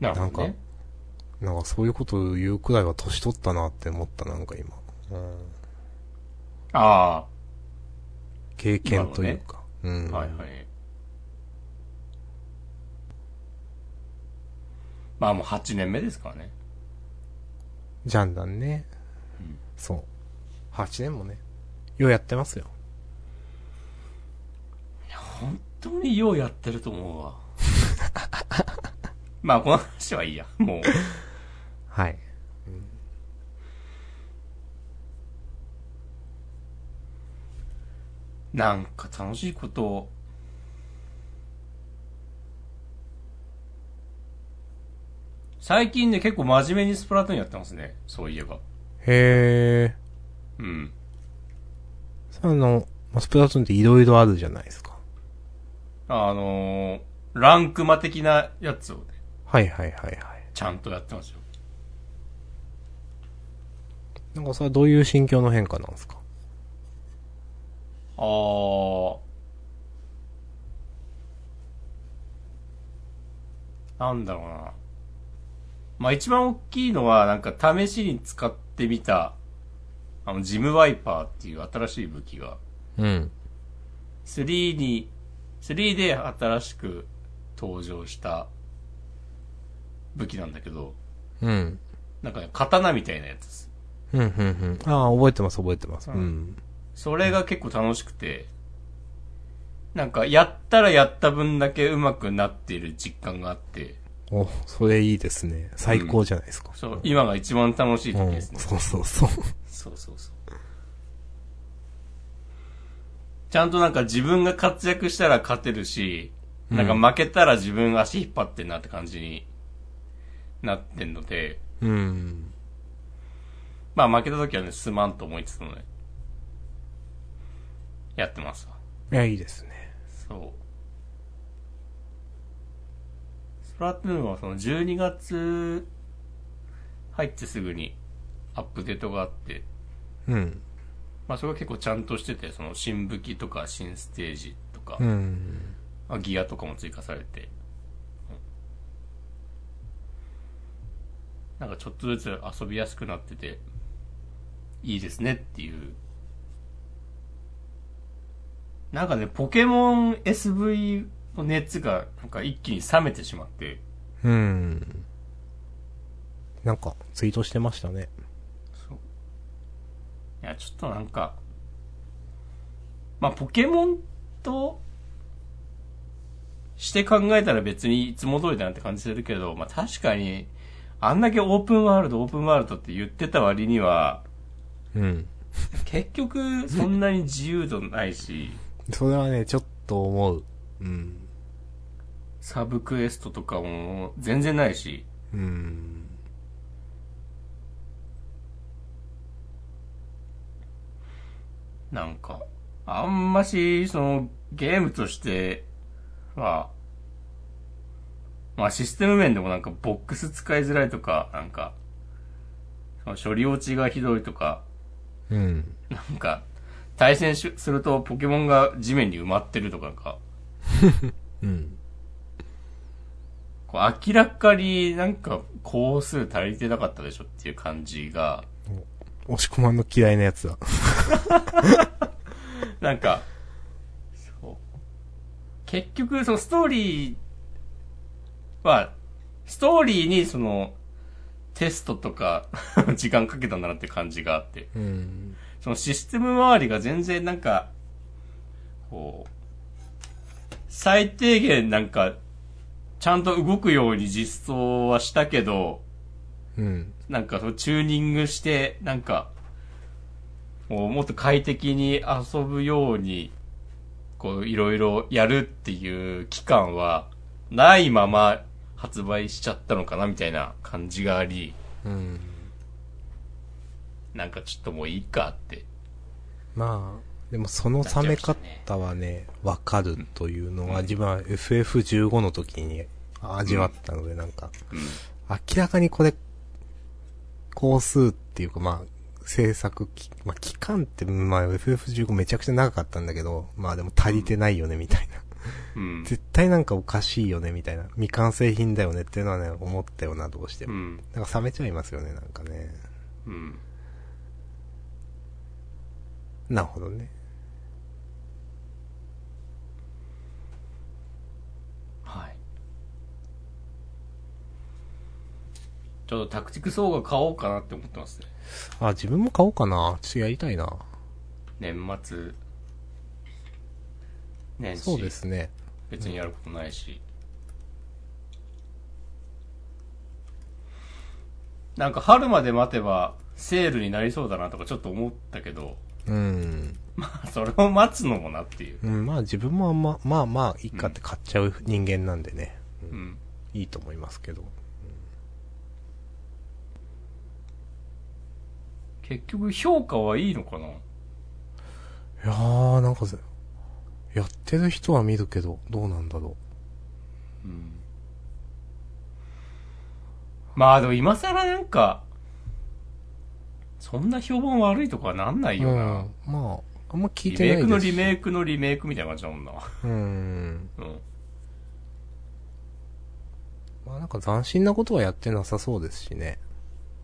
Speaker 2: なるほど、ね。
Speaker 1: なんかなんかそういうことを言うくらいは年取ったなって思った、なんか今。うん、
Speaker 2: あ
Speaker 1: 経験というか。う
Speaker 2: あ、
Speaker 1: ん。
Speaker 2: はいはい。まあもう8年目ですからね。
Speaker 1: ジャンダンね。
Speaker 2: うん
Speaker 1: そう。8年もね。ようやってますよ。
Speaker 2: 本当にようやってると思 うわ。まあ、この話はいいや。もう。
Speaker 1: はい。
Speaker 2: なんか楽しいことを。最近ね、結構真面目にスプラトゥーンやってますね。そういえば。
Speaker 1: へえ。
Speaker 2: うん。
Speaker 1: あの、まあスプラトゥーンっていろいろあるじゃないですか。
Speaker 2: あのーランクマ的なやつをね、
Speaker 1: はいはいはいはい。
Speaker 2: ちゃんとやってますよ。
Speaker 1: なんかそれはどういう心境の変化なんですか
Speaker 2: あー。なんだろうな。まあ一番大きいのは、なんか試しに使ってみた、あの、ジムワイパーっていう新しい武器が、
Speaker 1: うん。
Speaker 2: 3に、3で新しく登場した武器なんだけど、
Speaker 1: うん。
Speaker 2: なんかね、刀みたいなやつです。
Speaker 1: うん、うん、うん。ああ、覚えてます、覚えてます。う
Speaker 2: うん
Speaker 1: ん。
Speaker 2: それが結構楽しくて、なんか、やったらやった分だけ上手くなっている実感があって、
Speaker 1: お、それいいですね。最高じゃないですか。
Speaker 2: そう、今が一番楽しい時
Speaker 1: うん、
Speaker 2: ですね。
Speaker 1: そうそうそう。
Speaker 2: そうそうそう。ちゃんとなんか自分が活躍したら勝てるし、なんか負けたら自分足引っ張ってんなって感じになってんので、
Speaker 1: うん。
Speaker 2: まあ負けた時はね、すまんと思いつつもね、やってますわ。
Speaker 1: いや、いいですね。
Speaker 2: そう。スプラトゥーンはその12月入ってすぐにアップデートがあって、
Speaker 1: うん。
Speaker 2: まあそれが結構ちゃんとしてて、その新武器とか新ステージとか、
Speaker 1: うん。
Speaker 2: まあギアとかも追加されて、うんなんかちょっとずつ遊びやすくなってて、いいですねっていう。なんかね、ポケモン SV の熱がなんか一気に冷めてしまって、
Speaker 1: うん。なんか、ツイートしてましたね。
Speaker 2: そういや、ちょっとなんか、まあ、ポケモンとして考えたら別にいつも通りだなって感じするけど、まあ、確かに、あんだけオープンワールド、オープンワールドって言ってた割には、
Speaker 1: うん。
Speaker 2: 結局そんなに自由度ないし、
Speaker 1: それはね、ちょっと思う。うん。
Speaker 2: サブクエストとかも全然ないし、
Speaker 1: うん。
Speaker 2: なんか、あんまし、その、ゲームとしては、まあシステム面でもなんかボックス使いづらいとか、なんか、その処理落ちがひどいとか、
Speaker 1: うん。
Speaker 2: なんか、対戦しするとポケモンが地面に埋まってるとか、なんか、
Speaker 1: うん。
Speaker 2: こう明らかになんか工数足りてなかったでしょっていう感じが、
Speaker 1: 押し込まんの嫌いなやつだ。
Speaker 2: なんか、そう。結局、そのストーリーは、ストーリーにその、テストとか、 時間かけたんだなって感じがあって、
Speaker 1: うん。
Speaker 2: そのシステム周りが全然なんか、こう、最低限なんか、ちゃんと動くように実装はしたけど、
Speaker 1: うん。
Speaker 2: なんかそのチューニングして、なんか、もうもっと快適に遊ぶように、こういろいろやるっていう期間は、ないまま発売しちゃったのかなみたいな感じがあり、
Speaker 1: うん。
Speaker 2: なんかちょっともういいかって。
Speaker 1: まあ、でもその冷め方はね、わかるというのは、自分は FF15 の時に味わったので、なんか、
Speaker 2: う
Speaker 1: 明らかにこれ、工数っていうか、まあ、制作期、まあ、期間って、まあ、FF15 めちゃくちゃ長かったんだけど、まあでも足りてないよね、みたいな。
Speaker 2: ん。うん。
Speaker 1: 絶対なんかおかしいよね、みたいな。未完成品だよねっていうのはね、思ったよな、どうして
Speaker 2: う
Speaker 1: も。
Speaker 2: ん。
Speaker 1: なんか冷めちゃいますよね、なんかね。
Speaker 2: うん。
Speaker 1: なるほどね。
Speaker 2: はい。ちょっとタクティク総合買おうかなって思ってますね。
Speaker 1: あ、自分も買おうかな。ちょっとやりたいな。
Speaker 2: 年末、年始。
Speaker 1: そうですね。
Speaker 2: 別にやることないし、なんか春まで待てばセールになりそうだなとかちょっと思ったけど、
Speaker 1: うん。
Speaker 2: まあそれを待つのもなっていう。
Speaker 1: うん、まあ自分もあんま、まあまあ、いいかって買っちゃう人間なんでね。
Speaker 2: うん。
Speaker 1: いいと思いますけど。
Speaker 2: 結局評価はいいのかない
Speaker 1: やー、なんかせ、やってる人は見るけど、どうなんだろ
Speaker 2: うん。まあでも今更なんか、そんな評判悪いとかはなんな
Speaker 1: う。
Speaker 2: いよ
Speaker 1: う
Speaker 2: な。
Speaker 1: ん、まあ、あんま聞い
Speaker 2: リ
Speaker 1: てな
Speaker 2: メ
Speaker 1: いです
Speaker 2: イクのリメイクのリメイクみたいな感じだもんな。
Speaker 1: うん。
Speaker 2: うん。
Speaker 1: まあなんか斬新なことはやってなさそうですしね。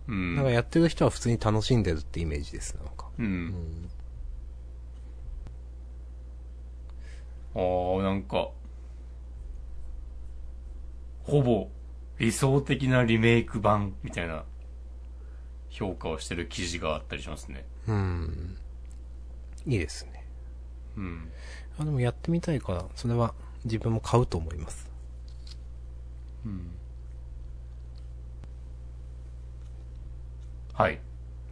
Speaker 2: うん。
Speaker 1: なんかやってる人は普通に楽しんでるってイメージです、なんか。
Speaker 2: う。
Speaker 1: うんん。
Speaker 2: ああ、なんか、ほぼ理想的なリメイク版みたいな評価をしてる記事があったりしますね。
Speaker 1: うん。いいですね。
Speaker 2: うん。
Speaker 1: あ、でもやってみたいから、それは自分も買うと思います。
Speaker 2: うん。はい。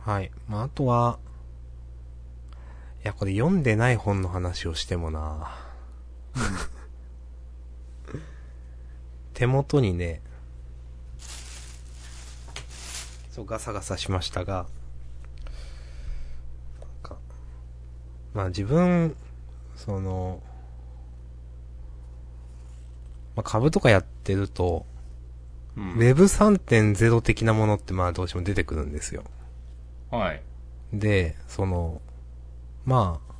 Speaker 1: はい。まあ、あとは、いや、これ読んでない本の話をしてもな手元にね、そう、ガサガサしましたが、なんか、まあ自分、その、まあ株とかやってると、
Speaker 2: う
Speaker 1: ウ
Speaker 2: ん。
Speaker 1: ェブ3.0的なものってまあどうしても出てくるんですよ。
Speaker 2: はい。
Speaker 1: で、その、まあ、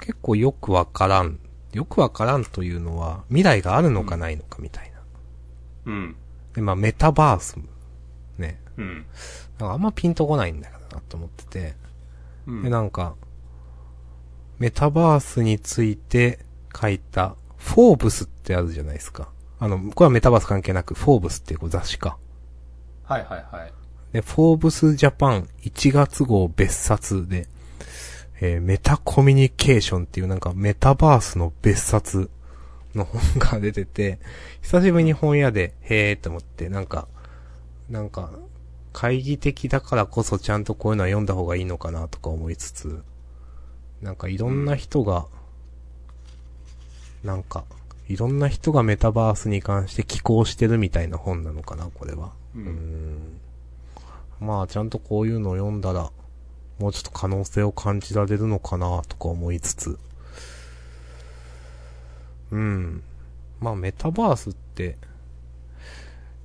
Speaker 1: 結構よくわからん。よくわからんというのは、未来があるのかないのかみたいな。
Speaker 2: うん。
Speaker 1: で、まあ、メタバース。ね。
Speaker 2: うん。
Speaker 1: なんかあんまピンとこないんだよなと思ってて。
Speaker 2: うん
Speaker 1: で、なんか、メタバースについて書いた、フォーブスってあるじゃないですか。あの、これはメタバース関係なく、フォーブスっていう雑誌か。
Speaker 2: はいはいはい。
Speaker 1: で、フォーブスジャパン1月号別冊で、えーメタコミュニケーションっていうなんかメタバースの別冊の本が出てて、久しぶりに本屋で、へーって思って、なんか、なんか、会議的だからこそちゃんとこういうのは読んだ方がいいのかなとか思いつつ、なんかいろんな人が、なんか、いろんな人がメタバースに関して寄稿してるみたいな本なのかな、これは。
Speaker 2: う。
Speaker 1: うんんまあ、ちゃんとこういうのを読んだら、もうちょっと可能性を感じられるのかな、とか思いつつ。うん。まあ、メタバースって、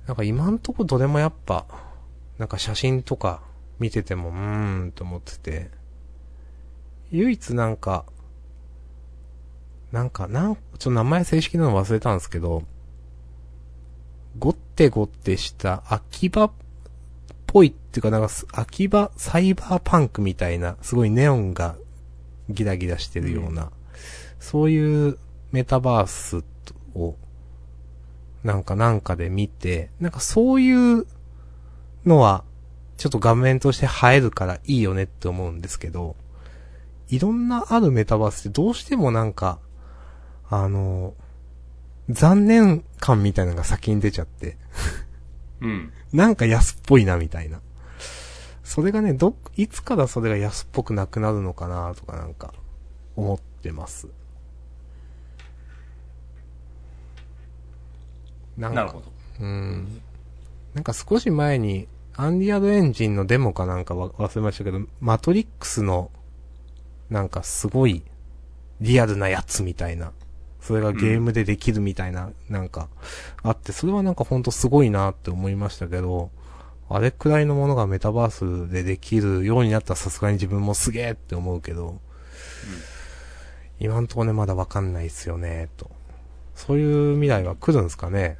Speaker 1: なんか今んとこどれもやっぱ、なんか写真とか見てても、うーん、と思ってて、唯一なんか、なんか、なん、ちょっと名前正式なの忘れたんですけど、ごってごってした秋葉っぽいっていうかなんかす秋葉サイバーパンクみたいな、すごいネオンがギラギラしてるような、そういうメタバースを、なんかなんかで見て、なんかそういうのは、ちょっと画面として映えるからいいよねって思うんですけど、いろんなあるメタバースってどうしてもなんか、あの、残念感みたいなのが先に出ちゃって、
Speaker 2: うん。
Speaker 1: なんか安っぽいなみたいな。それがね、どっ、いつからそれが安っぽくなくなるのかなとかなんか、思ってます。なん
Speaker 2: なる
Speaker 1: か、
Speaker 2: ほど。
Speaker 1: うん。なんか少し前に、アンリアルエンジンのデモかなんかわ忘れましたけど、マトリックスの、なんかすごい、リアルなやつみたいな、それがゲームでできるみたいな、なんか、あって、それはなんかほんとすごいなって思いましたけど、あれくらいのものがメタバースでできるようになったらさすがに自分もすげえって思うけど、今んとこね、まだわかんないっすよね、と。そういう未来は来るんですかね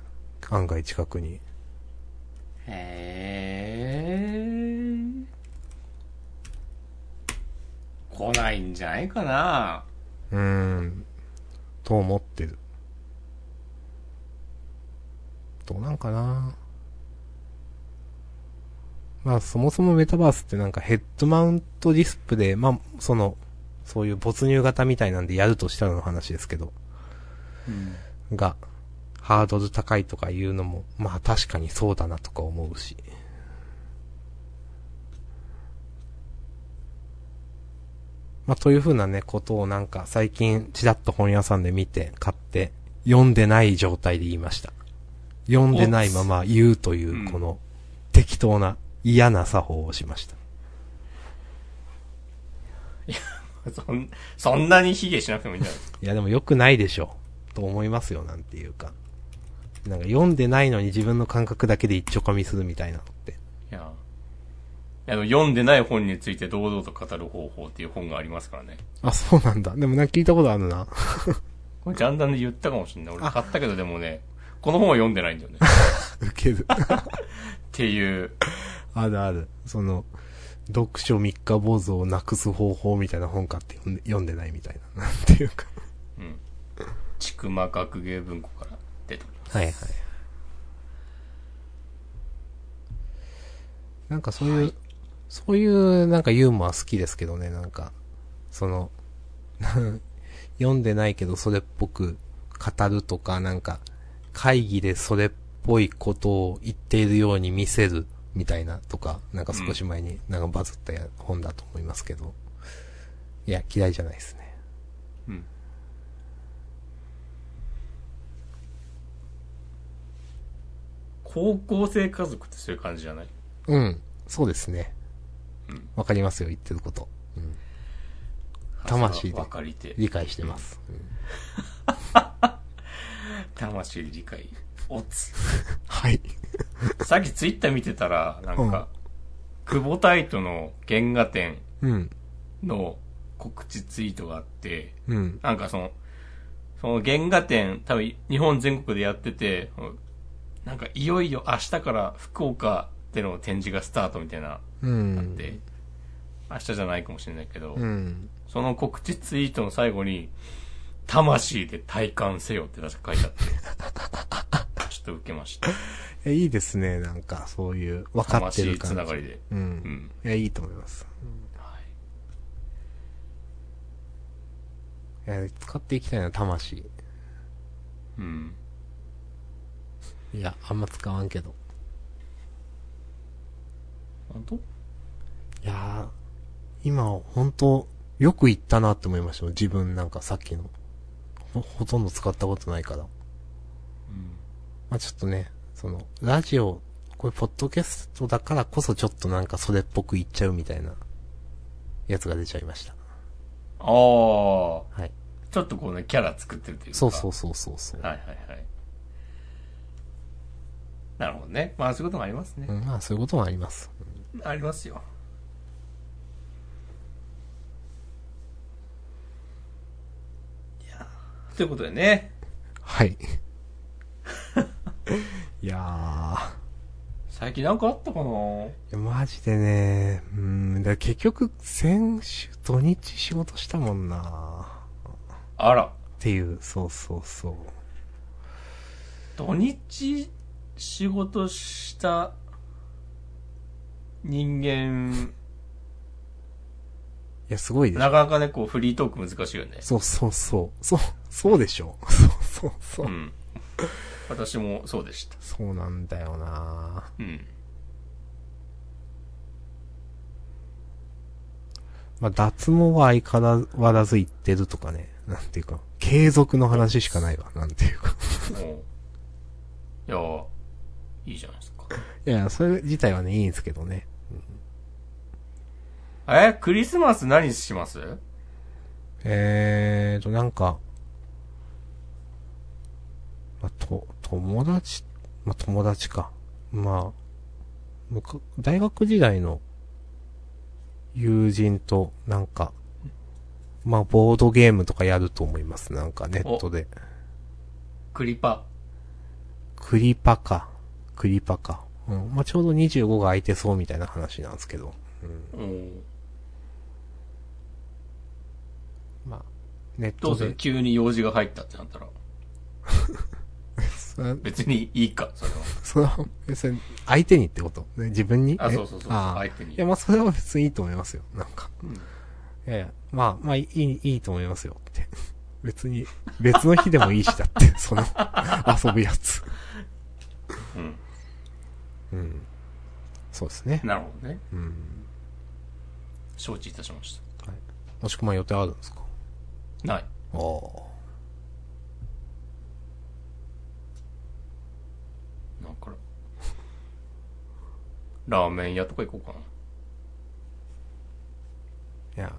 Speaker 1: 案外近くに。
Speaker 2: へー。来ないんじゃないかな
Speaker 1: うーん。と思ってる。どうなんかなまあそもそもメタバースってなんかヘッドマウントディスプレイ、まあその、そういう没入型みたいなんでやるとしたらの話ですけど、
Speaker 2: うん。
Speaker 1: が、ハードル高いとかいうのも、まあ確かにそうだなとか思うし。まあというふうなね、ことをなんか最近ちらっと本屋さんで見て買って、読んでない状態で言いました。読んでないまま言うというう、
Speaker 2: ん
Speaker 1: この適当な嫌な作法をしました。
Speaker 2: そん、 そんなに卑下しなくてもいいんじゃないですか。
Speaker 1: いやでも良くないでしょう。と思いますよ、なんていうか。なんか読んでないのに自分の感覚だけで一丁かみするみたいなのって。
Speaker 2: いや。いやでも読んでない本について堂々と語る方法っていう本がありますからね。
Speaker 1: あ、そうなんだ。でもなんか聞いたことあるな。
Speaker 2: これジャンダンで言ったかもしれない。俺買ったけどでもね、この本は読んでないんだよね。っ
Speaker 1: ウケる。
Speaker 2: ていう。
Speaker 1: あるある。その、読書三日坊主をなくす方法みたいな本買って読んで読んでないみたいな。なんていうか。
Speaker 2: ちくま学芸文庫からってと。
Speaker 1: はいはい。なんかそういう、そういうなんかユーモア好きですけどね、なんか、その、 読んでないけどそれっぽく語るとか、なんか、会議でそれっぽいことを言っているように見せるみたいなとか、なんか少し前になんかバズったや本だと思いますけど、いや、嫌いじゃないですね。
Speaker 2: うん。高校生家族ってそういう感じじゃない
Speaker 1: うん、そうですね
Speaker 2: うん。
Speaker 1: わかりますよ、言ってること。うん魂で
Speaker 2: 分かりて。
Speaker 1: 理解してます。
Speaker 2: 魂理解。おつ。
Speaker 1: はい。
Speaker 2: さっきツイッター見てたら、なんか、久保タイトの原画展
Speaker 1: うん。
Speaker 2: の告知ツイートがあって、
Speaker 1: うん。
Speaker 2: なんかその、その原画展、多分日本全国でやってて、なんかいよいよ明日から福岡での展示がスタートみたい
Speaker 1: う
Speaker 2: な、あっ
Speaker 1: ん。
Speaker 2: て、明日じゃないかもしれないけど、
Speaker 1: うん。
Speaker 2: その告知ツイートの最後に、魂で体感せよって確か書いてあって、ちょっと受けました。
Speaker 1: え、いいですね、なんか、そういう、分かってる
Speaker 2: 魂
Speaker 1: 感
Speaker 2: つ
Speaker 1: じ。
Speaker 2: ながりで。
Speaker 1: う。
Speaker 2: うんん。
Speaker 1: いや、いいと思います。
Speaker 2: はい
Speaker 1: いや、使っていきたいな、魂。
Speaker 2: うん。
Speaker 1: いや、あんま使わんけど。
Speaker 2: 本当
Speaker 1: いやー、今、本当よく言ったなって思いましたよ自分なんかさっきの。ほ、ほとんど使ったことないから。まあちょっとね、その、ラジオ、これ、ポッドキャストだからこそちょっとなんかそれっぽく言っちゃうみたいな、やつが出ちゃいました。
Speaker 2: ああ、
Speaker 1: はい。
Speaker 2: ちょっとこうね、キャラ作ってるというか。
Speaker 1: そうそうそうそうそう。
Speaker 2: はいはいはい。なるほどね。まあそういうこともありますね
Speaker 1: う。ん、まあ、そういうこともあります。
Speaker 2: ありますよ。いやーということでね、
Speaker 1: はい。 いやー。
Speaker 2: 最近なんかあったかなはい
Speaker 1: やマジでね、うん、だ結局、先週、土日仕事したもんな
Speaker 2: あら、
Speaker 1: っていう、そうそうそう。
Speaker 2: 土日仕事した人間、
Speaker 1: いや、すごいです。
Speaker 2: なかなかね、こうフリートーク難しいよね。
Speaker 1: そうそうそう。そう、そうでしょ。そうそうそうう。
Speaker 2: ん。私もそうでした。
Speaker 1: そうなんだよな
Speaker 2: うん。
Speaker 1: まあ、脱毛は相変わらず言ってるとかね。なんていうか、継続の話しかないわ。なんていうか。
Speaker 2: もういやーいいじゃないですか。
Speaker 1: いや、それ自体はね、いいんですけどね。
Speaker 2: えクリスマス何します
Speaker 1: えーと、なんか、まあ、と、友達、まあ、友達か。まあ、むか大学時代の友人と、なんか、まあ、ボードゲームとかやると思います。なんか、ネットで。
Speaker 2: クリパ。
Speaker 1: クリパか。クリパか。うん。まあ、ちょうど25が空いてそうみたいな話なんですけど。
Speaker 2: うん。
Speaker 1: まあ、ネッ
Speaker 2: ど
Speaker 1: ト
Speaker 2: うする
Speaker 1: で。
Speaker 2: 急に用事が入ったってなったら。
Speaker 1: それ
Speaker 2: 別にいいか、 それは。
Speaker 1: その、別に、相手にってこと、ね、自分に
Speaker 2: あ、
Speaker 1: え
Speaker 2: そうそうそう。
Speaker 1: あー
Speaker 2: 相手に。
Speaker 1: いや、まあ、それは別にいいと思いますよ。なんか。
Speaker 2: うん
Speaker 1: いやいや、まあ、まあ、いい、いいと思いますよって。 別に、別の日でもいいしだって、 その、遊ぶやつ。
Speaker 2: うん。
Speaker 1: うん。そうですね。
Speaker 2: なるほどね。
Speaker 1: うん。
Speaker 2: 承知いたしまし
Speaker 1: もしくは予定あるんですか
Speaker 2: た。な
Speaker 1: あ
Speaker 2: い。
Speaker 1: あ。
Speaker 2: なんから。ラーメン屋とか行こうかな。
Speaker 1: いや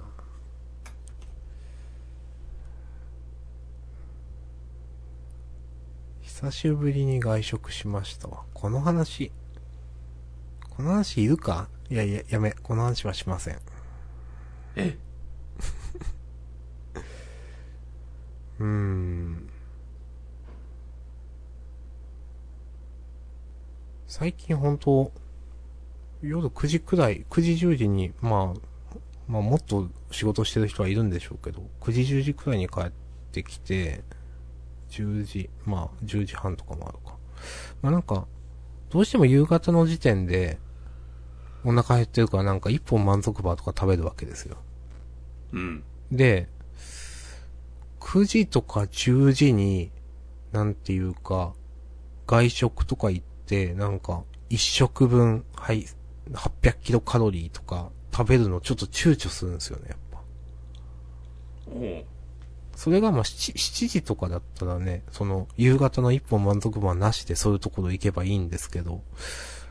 Speaker 1: 久しぶりに外食しましたわ。この話、この話いるかいやいや、やめ、この話はしません。
Speaker 2: え
Speaker 1: うーん。最近本当夜9時くらい、9時10時に、まあ、まあもっと仕事してる人はいるんでしょうけど、9時10時くらいに帰ってきて、 10時、まあ、10時半とかもあるか。まあなんか、どうしても夕方の時点で、お腹減ってるからなんか一本満足バーとか食べるわけですよ。
Speaker 2: うん。
Speaker 1: で、9時とか10時に、なんていうか、外食とか行って、なんか、一食分、はい、800キロカロリーとか食べるのちょっと躊躇するんですよね、やっぱ。
Speaker 2: おう
Speaker 1: それがまあ 7, 7時とかだったらね、その夕方の一本満足版なしでそういうところ行けばいいんですけど、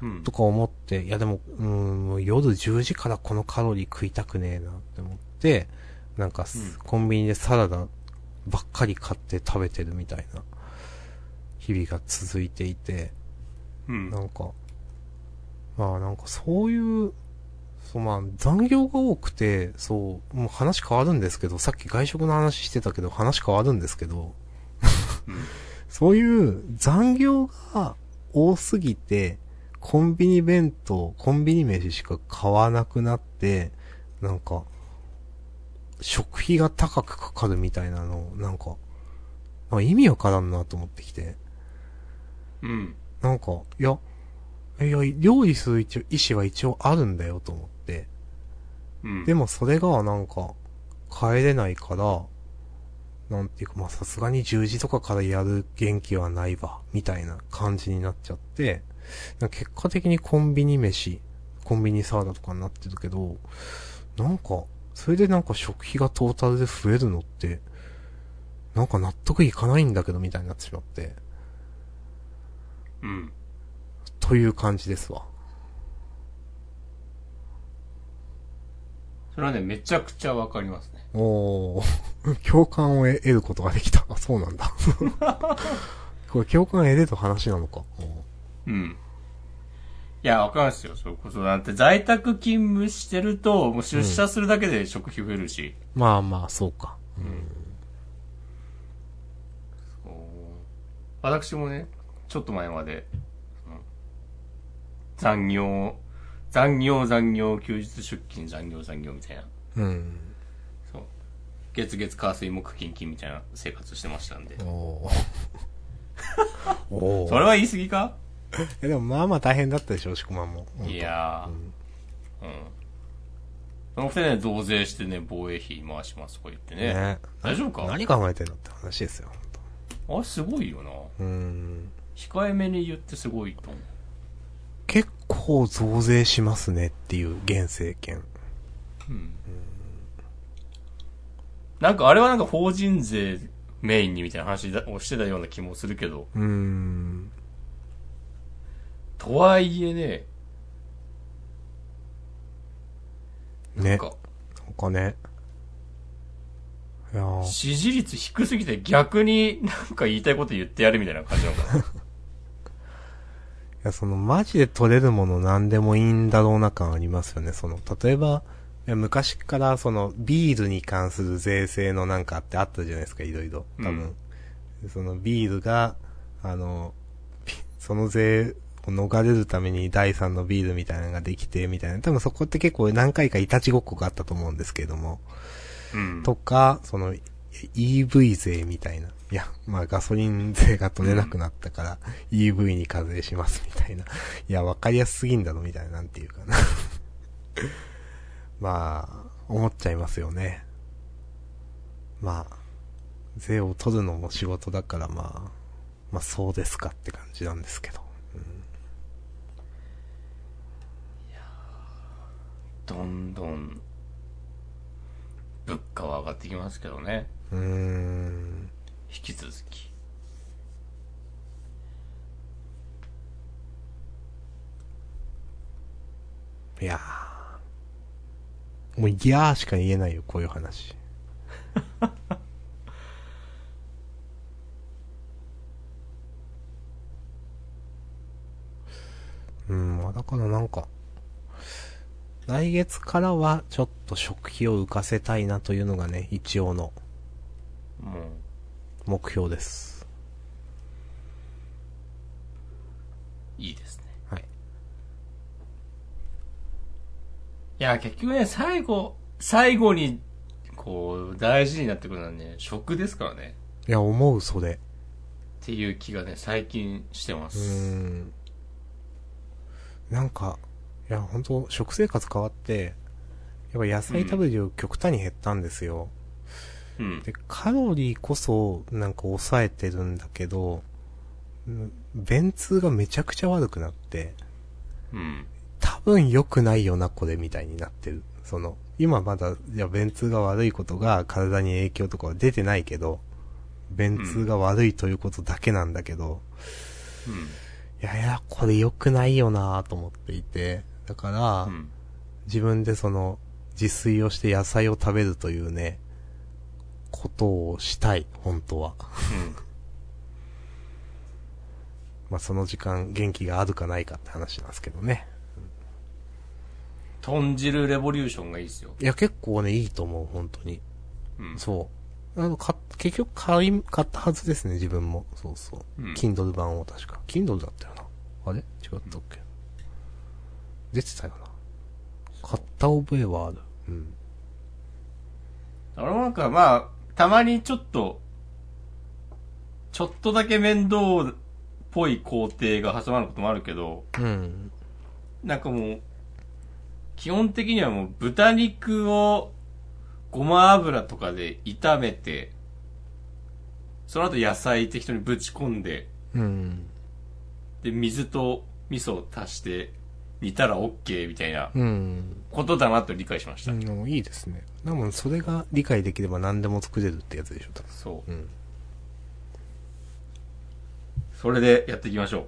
Speaker 2: うん
Speaker 1: と。か思って、いやでも、うーん、もう夜10時からこのカロリー食いたくねえなって思って、なんかす、コンビニでサラダばっかり買って食べてるみたいな日々が続いていて、
Speaker 2: うん
Speaker 1: な。んか、まあなんかそういう、そうまあ残業が多くて、そう、もう話変わるんですけど、さっき外食の話してたけど話変わるんですけど、 そういう残業が多すぎて、コンビニ弁当、コンビニ飯しか買わなくなって、なんか、食費が高くかかるみたいなのを、なんか、なんか意味わからんなと思ってきて。
Speaker 2: うん。
Speaker 1: なんか、いや、いや、料理する一応意思は一応あるんだよと思って。
Speaker 2: うん。
Speaker 1: でもそれがなんか、帰れないから、なんていうか、まあ、さすがに10時とかからやる元気はないわ、みたいな感じになっちゃって、なんか結果的にコンビニ飯、コンビニサラダとかになってるけど、なんか、それでなんか食費がトータルで増えるのって、なんか納得いかないんだけど、みたいになってしまって、
Speaker 2: うん。
Speaker 1: という感じですわ。
Speaker 2: それはね、めちゃくちゃわかりますね。
Speaker 1: おー、 共感を得ることができた。あ、 そうなんだ。これ共感を得れる話なのか。
Speaker 2: うん。いや、わかるんですよ。そういうことなんて、在宅勤務してると、もう出社するだけで食費増えるし。
Speaker 1: まあまあ、そうか。
Speaker 2: そう私もね、ちょっと前まで、うん残業、残業残業、休日出勤残業残業みたいな。
Speaker 1: うん。
Speaker 2: そう。月月火水木金金みたいな生活してましたんで。
Speaker 1: お ー。おー。
Speaker 2: それは言い過ぎか
Speaker 1: えでもまあまあ大変だったでしょ、しくまんも。うん
Speaker 2: いやー。うん。その二人ね、増税してね、防衛費回しますとか言ってね。
Speaker 1: ね
Speaker 2: 大丈夫か
Speaker 1: 何考えてんのって話ですよ、本
Speaker 2: あれすごいよな。
Speaker 1: 当うん。
Speaker 2: 控えめに言ってすごいと思う。
Speaker 1: 結構増税しますねっていう現政権。
Speaker 2: うんなんかあれはなんか法人税メインにみたいな話だをしてたような気もするけど、
Speaker 1: うーん。
Speaker 2: とはいえね、な
Speaker 1: ね。
Speaker 2: んか
Speaker 1: なんかね。いやー
Speaker 2: 支持率低すぎて逆になんか言いたいこと言ってやるみたいな感じなのかな。
Speaker 1: いや、その、マジで取れるもの何でもいいんだろうな感ありますよね。その、例えば、いや昔から、その、ビールに関する税制のなんかってあったじゃないですか、いろいろ。多分。でその、ビールが、あの、ピその税を逃れるために第三のビールみたいなのができて、みたいな。多分そこって結構何回かいたちごっこがあったと思うんですけれども。
Speaker 2: うん。
Speaker 1: とか、その、い EV 税みたいな。いや、まあガソリン税が取れなくなったから、EV に課税しますみたいな。いや、わかりやすすぎんだろみたいな、なんていうかな。 まあ、思っちゃいますよね。まあ、税を取るのも仕事だからまあ、まあそうですかって感じなんですけど。
Speaker 2: どんどん、物価は上がってきますけどね。
Speaker 1: うーん。
Speaker 2: 引き続き。
Speaker 1: いやー。もう、いやーしか言えないよ、こういう話。 うん、まあだからなんか、来月からはちょっと食費を浮かせたいなというのがね、一応の
Speaker 2: もう、
Speaker 1: 目標です。
Speaker 2: いいですね。
Speaker 1: はい。
Speaker 2: いや、結局ね、最後、最後に、こう、大事になってくるのはね、食ですからね。
Speaker 1: いや、思う、それ。
Speaker 2: ていう気がね、最近してま
Speaker 1: う
Speaker 2: す。
Speaker 1: ーん。なんか、いや、本当食生活変わって、やっぱ野菜食べる量極端に減ったんですよ。
Speaker 2: うん。
Speaker 1: で、カロリーこそ、なんか抑えてるんだけど、うん便通がめちゃくちゃ悪くなって、
Speaker 2: うん。
Speaker 1: 多分良くないよな、これ、みたいになってる。その、今まだ、いや、便通が悪いことが体に影響とかは出てないけど、便通が悪いということだけなんだけど、いやいや、これ良くないよなと思っていて、だから、
Speaker 2: うん。うん。
Speaker 1: 自分でその、自炊をして野菜を食べるというね、ことをしたい、本当は。まあ、その時間、元気があるかないかって話なんですけどね。
Speaker 2: 豚汁レボリューションがいいですよ。
Speaker 1: いや、結構ね、いいと思う、本当に。
Speaker 2: うん。
Speaker 1: そう。あの、か、結局買い、買ったはずですね、自分も。そうそう。
Speaker 2: うん
Speaker 1: Kindle 版を確か。Kindle だったよな。あれ違ったっけ、出てたよな。買った覚えはある。うん。
Speaker 2: 俺もなんかまあ、たまにちょっと、ちょっとだけ面倒っぽい工程が挟まることもあるけど、
Speaker 1: うん。
Speaker 2: なんかもう、基本的にはもう豚肉をごま油とかで炒めて、その後野菜適当にぶち込んで、
Speaker 1: うん。
Speaker 2: で、水と味噌を足して煮たら OK みたいな
Speaker 1: うん。
Speaker 2: ことだなと理解しました。
Speaker 1: うん、いいですね。でも、それが理解できれば何でも作れるってやつでしょ、多分。
Speaker 2: そう。
Speaker 1: うん。
Speaker 2: それでやっていきましょ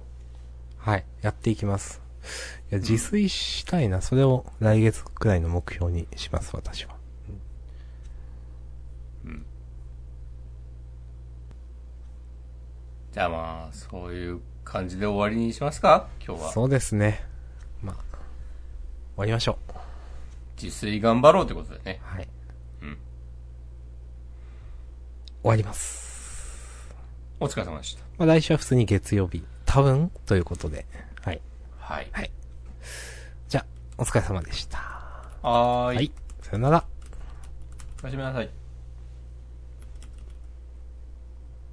Speaker 1: はい。やっていきます。いや、自炊したいな。それを来月くらいの目標にします、私は。
Speaker 2: う。じゃあまあ、そういう感じで終わりにしますか今日は。
Speaker 1: そうですね。まあ、終わりましょう。
Speaker 2: 自炊頑張ろうってことでね。
Speaker 1: はい。
Speaker 2: うん。
Speaker 1: 終わります。
Speaker 2: お疲れ様でした。
Speaker 1: まあ、来週は普通に月曜日。多分ということで。はい。
Speaker 2: はい。
Speaker 1: はいじゃあ、お疲れ様でした。
Speaker 2: はーい。
Speaker 1: はい。さよなら。
Speaker 2: おやすみなさい。